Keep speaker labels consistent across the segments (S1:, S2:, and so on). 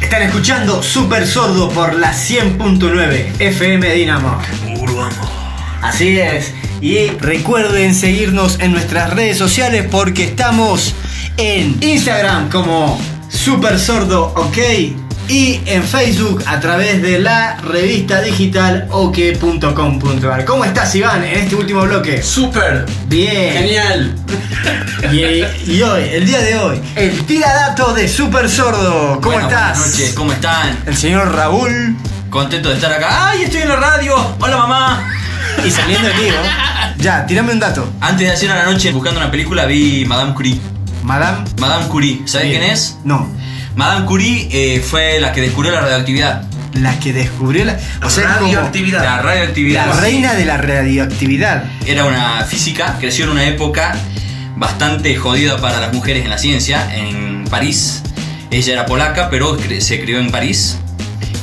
S1: escuchando Super Sordo por la 100.9 FM Dinamo. Así es. Y recuerden seguirnos en nuestras redes sociales porque estamos en Instagram como Super Sordo OK y en Facebook a través de la revista digital ok.com.ar. ¿Cómo estás Iván en este último bloque?
S2: Super.
S1: Bien.
S2: Genial.
S1: Y, y hoy, el día de hoy, el tiradato de Super Sordo. ¿Cómo
S2: Bueno,
S1: estás?
S2: Buenas noches, ¿cómo están?
S1: El señor Raúl
S2: Contento de estar acá. ¡Ay, estoy en la radio! ¡Hola, mamá!
S1: y saliendo el vivo. Ya, tirame un dato.
S2: Antes de ayer a la noche, buscando una película, vi Madame Curie.
S1: Madame.
S2: Madame Curie, ¿sabes
S1: Bien.
S2: quién es?
S1: No.
S2: Madame Curie eh, fue la que descubrió la radioactividad.
S1: La que descubrió la. O sea, es como
S2: La radioactividad.
S1: la reina de la radioactividad.
S2: Era una física, creció en una época bastante jodida para las mujeres en la ciencia, en París. Ella era polaca, pero cre- se crió en París.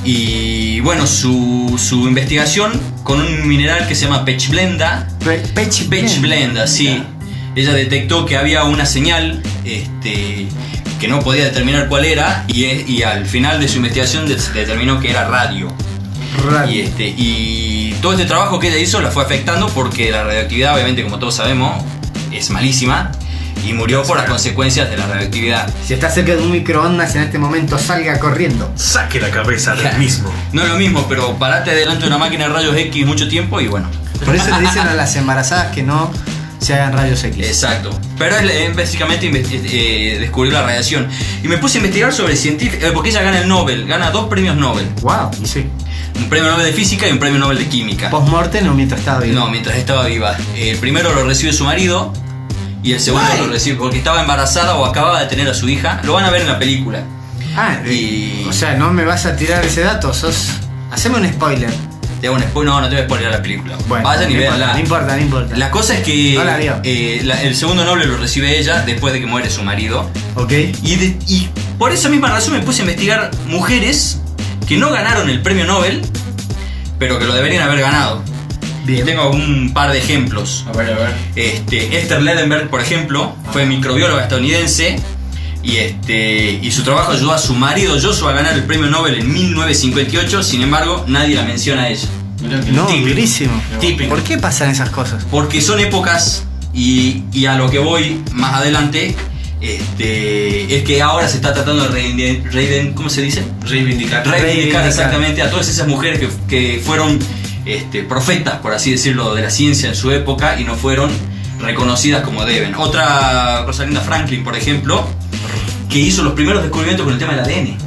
S2: Y bueno, su, su investigación con un mineral que se llama pechblenda.
S1: Pe- Pech
S2: Pechblenda, sí. Ella detectó que había una señal este, que no podía determinar cuál era y, e- y al final de su investigación de- determinó que era radio.
S1: Radio.
S2: Y, este, y todo este trabajo que ella hizo la fue afectando porque la radioactividad, obviamente, como todos sabemos, es malísima y murió por las consecuencias de la radioactividad.
S1: Si está cerca de un microondas en este momento, salga corriendo.
S3: Saque la cabeza del
S2: Claro.
S3: mismo.
S2: No es lo mismo, pero parate delante de una máquina de rayos X mucho tiempo y bueno.
S1: Por eso le dicen a las embarazadas que no se hagan rayos X.
S2: Exacto. Pero él, eh, básicamente investi- eh, descubrió la radiación. Y me puse a investigar sobre científicos, porque ella gana el Nobel, gana dos premios Nobel.
S1: Wow, y sí.
S2: Un premio Nobel de física y un premio Nobel de química.
S1: Postmortem o mientras estaba vivo.
S2: No, mientras estaba viva. El primero lo recibe su marido y el segundo
S1: Guay.
S2: lo recibe porque estaba embarazada o acababa de tener a su hija. Lo van a ver en la película.
S1: Ah,
S2: Y-
S1: o sea, no me vas a tirar ese dato, sos. Haceme un spoiler.
S2: Te hago un spoiler. No, no te voy a spoiler la película.
S1: Bueno,
S2: Vayan y
S1: no importa,
S2: véanla.
S1: no importa, no importa.
S2: La cosa es que
S1: No la vio.
S2: eh, la- el segundo noble lo recibe ella después de que muere su marido.
S1: Ok.
S2: Y, de- y por esa misma razón me puse a investigar mujeres que no ganaron el premio Nobel, pero que lo deberían haber ganado.
S1: Bien.
S2: Tengo un par de ejemplos.
S3: A ver, a ver.
S2: Este, Esther Ledenberg, por ejemplo, fue microbióloga estadounidense y, este, y su trabajo ayudó a su marido Joshua a ganar el premio Nobel en 1958, sin embargo, nadie la menciona a ella.
S1: No,
S2: Típico.
S1: durísimo.
S2: Típico.
S1: ¿Por qué pasan esas cosas?
S2: Porque son épocas y, y a lo que voy más adelante este, es que ahora se está tratando de reinde- reiden- ¿cómo se dice?
S3: Reivindicar.
S2: reivindicar
S1: Reivindicar.
S2: exactamente a todas esas mujeres que, que fueron este, profetas, por así decirlo, de la ciencia en su época y no fueron reconocidas como deben. Otra, Rosalinda Franklin, por ejemplo, que hizo los primeros descubrimientos con el tema del ADN.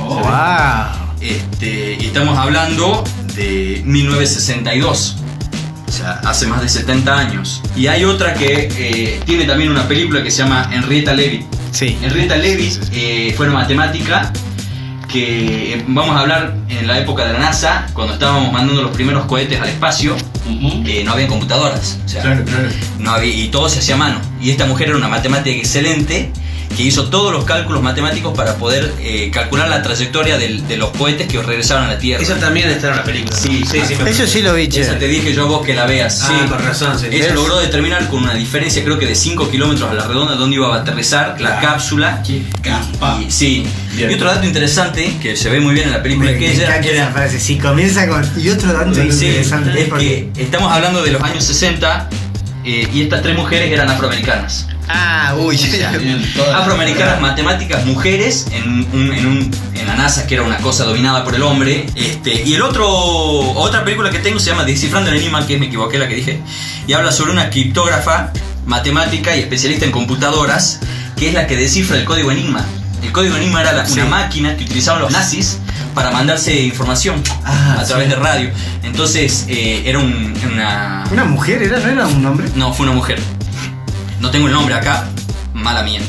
S2: Oh.
S1: wow.
S2: Este, y estamos hablando de 1962. O sea, hace más de 70 años. Y hay otra que eh, tiene también una película que se llama Henrietta Levy.
S1: Sí.
S2: Henrietta Levy eh, fue una matemática que eh, vamos a hablar en la época de la NASA, cuando estábamos mandando los primeros cohetes al espacio, eh, no había computadoras. o sea,
S3: Claro, claro.
S2: no había- y todo se hacía a mano. Y esta mujer era una matemática excelente que hizo todos los cálculos matemáticos para poder eh, calcular la trayectoria del- de los cohetes que regresaron a la Tierra.
S4: Eso también está en la película.
S2: Sí,
S4: sí,
S3: Ah,
S4: sí.
S1: Eso sí lo vi, che.
S2: Esa te dije yo a vos que la veas.
S4: Ah,
S2: sí.
S4: con razón, sí.
S2: Ella logró determinar con una diferencia, creo que de 5 kilómetros a la redonda, dónde iba a aterrizar la cápsula.
S3: Qué capa.
S2: Y- sí.
S3: Bien.
S2: Y otro dato interesante que se ve muy bien en la
S1: Me
S2: película es que ella
S1: encanta esa
S2: era-
S1: frase. Si comienza con. Y otro dato
S2: Sí,
S1: interesante.
S2: es que estamos hablando de los años 60 eh, y estas tres mujeres eran afroamericanas.
S1: Ah, uy, ya.
S2: Afroamericanas, matemáticas, mujeres en, un- en un- en la NASA, que era una cosa dominada por el hombre. Este, y el otro, otra película que tengo se llama Descifrando el Enigma, que me equivoqué la que dije, y habla sobre una criptógrafa, matemática y especialista en computadoras, que es la que descifra el código Enigma. El código Enigma era la- una máquina que utilizaban los nazis para mandarse información
S1: Ah,
S2: a través de radio. Entonces eh, era un- una...
S1: ¿Una mujer era? ¿No era un hombre?
S2: No, fue una mujer. No tengo el nombre acá, mala mía.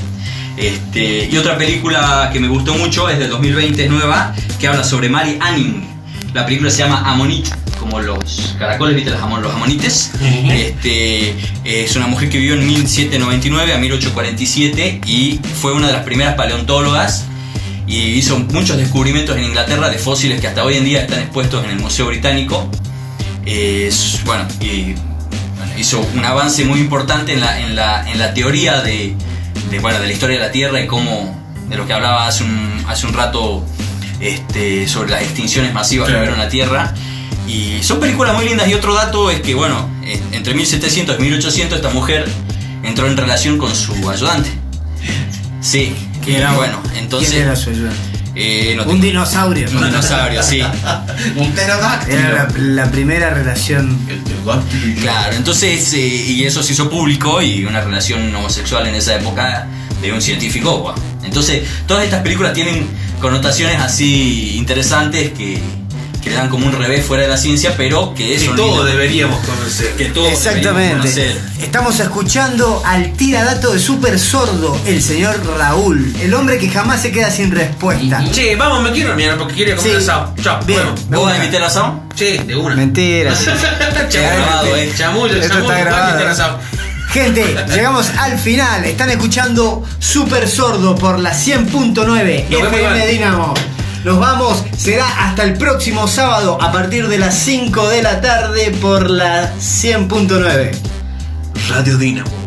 S2: Este, y otra película que me gustó mucho es del 2020, es nueva, que habla sobre Mary Anning. La película se llama Amonite, como los caracoles, ¿viste? Las amon- los amonites. Este, es una mujer que vivió en 1799 a 1847 y fue una de las primeras paleontólogas y hizo muchos descubrimientos en Inglaterra de fósiles que hasta hoy en día están expuestos en el Museo Británico. Es, bueno, y, bueno, hizo un avance muy importante en la, en la, en la teoría de, de, bueno, de la historia de la Tierra y cómo, de lo que hablaba hace un, hace un rato este, sobre las extinciones masivas que
S3: Claro.
S2: hubo en la Tierra. Y son películas muy lindas y otro dato es que, bueno, en- entre 1700 y 1800 esta mujer entró en relación con su ayudante. Sí, y
S1: ¿Quién era?
S2: bueno, entonces...
S1: ¿Quién era su ayudante?
S2: eh, no
S1: Un
S2: tengo-
S1: dinosaurio.
S2: un dinosaurio, sí.
S3: Un pterodáctilo.
S1: Era la, la primera relación.
S3: El pterodáctilo.
S2: Claro, entonces, eh, y eso se hizo público y una relación homosexual en esa época de un científico. guau. Entonces, todas estas películas tienen connotaciones así interesantes que, que le dan como un revés fuera de la ciencia, pero que
S3: Que
S2: eso
S3: todos deberíamos conocer.
S2: que todos deberíamos
S1: Exactamente.
S2: conocer.
S1: Estamos escuchando al tiradato de super sordo, el señor Raúl, el hombre que jamás se queda sin respuesta.
S3: Che, vamos, me quiero mirar porque quiero comer
S1: Sí.
S3: asado. Chao,
S1: Bien.
S3: bueno.
S1: Me
S2: ¿Vos vas a
S1: gusta.
S2: invitar a Sam?
S3: Che, de una.
S1: Mentiras.
S2: grabado, eh.
S3: Chamullo, chamullo,
S1: Esto
S3: chamullo,
S1: está grabado. ¿eh?
S3: invita al asado.
S1: Gente, llegamos al final. Están escuchando Super Sordo por la 100.9
S3: Nos vemos,
S1: FM
S3: Iván.
S1: Dinamo. Nos vamos, será hasta el próximo sábado a partir de las 5 de la tarde por la 100.9.
S3: Radio Dinamo.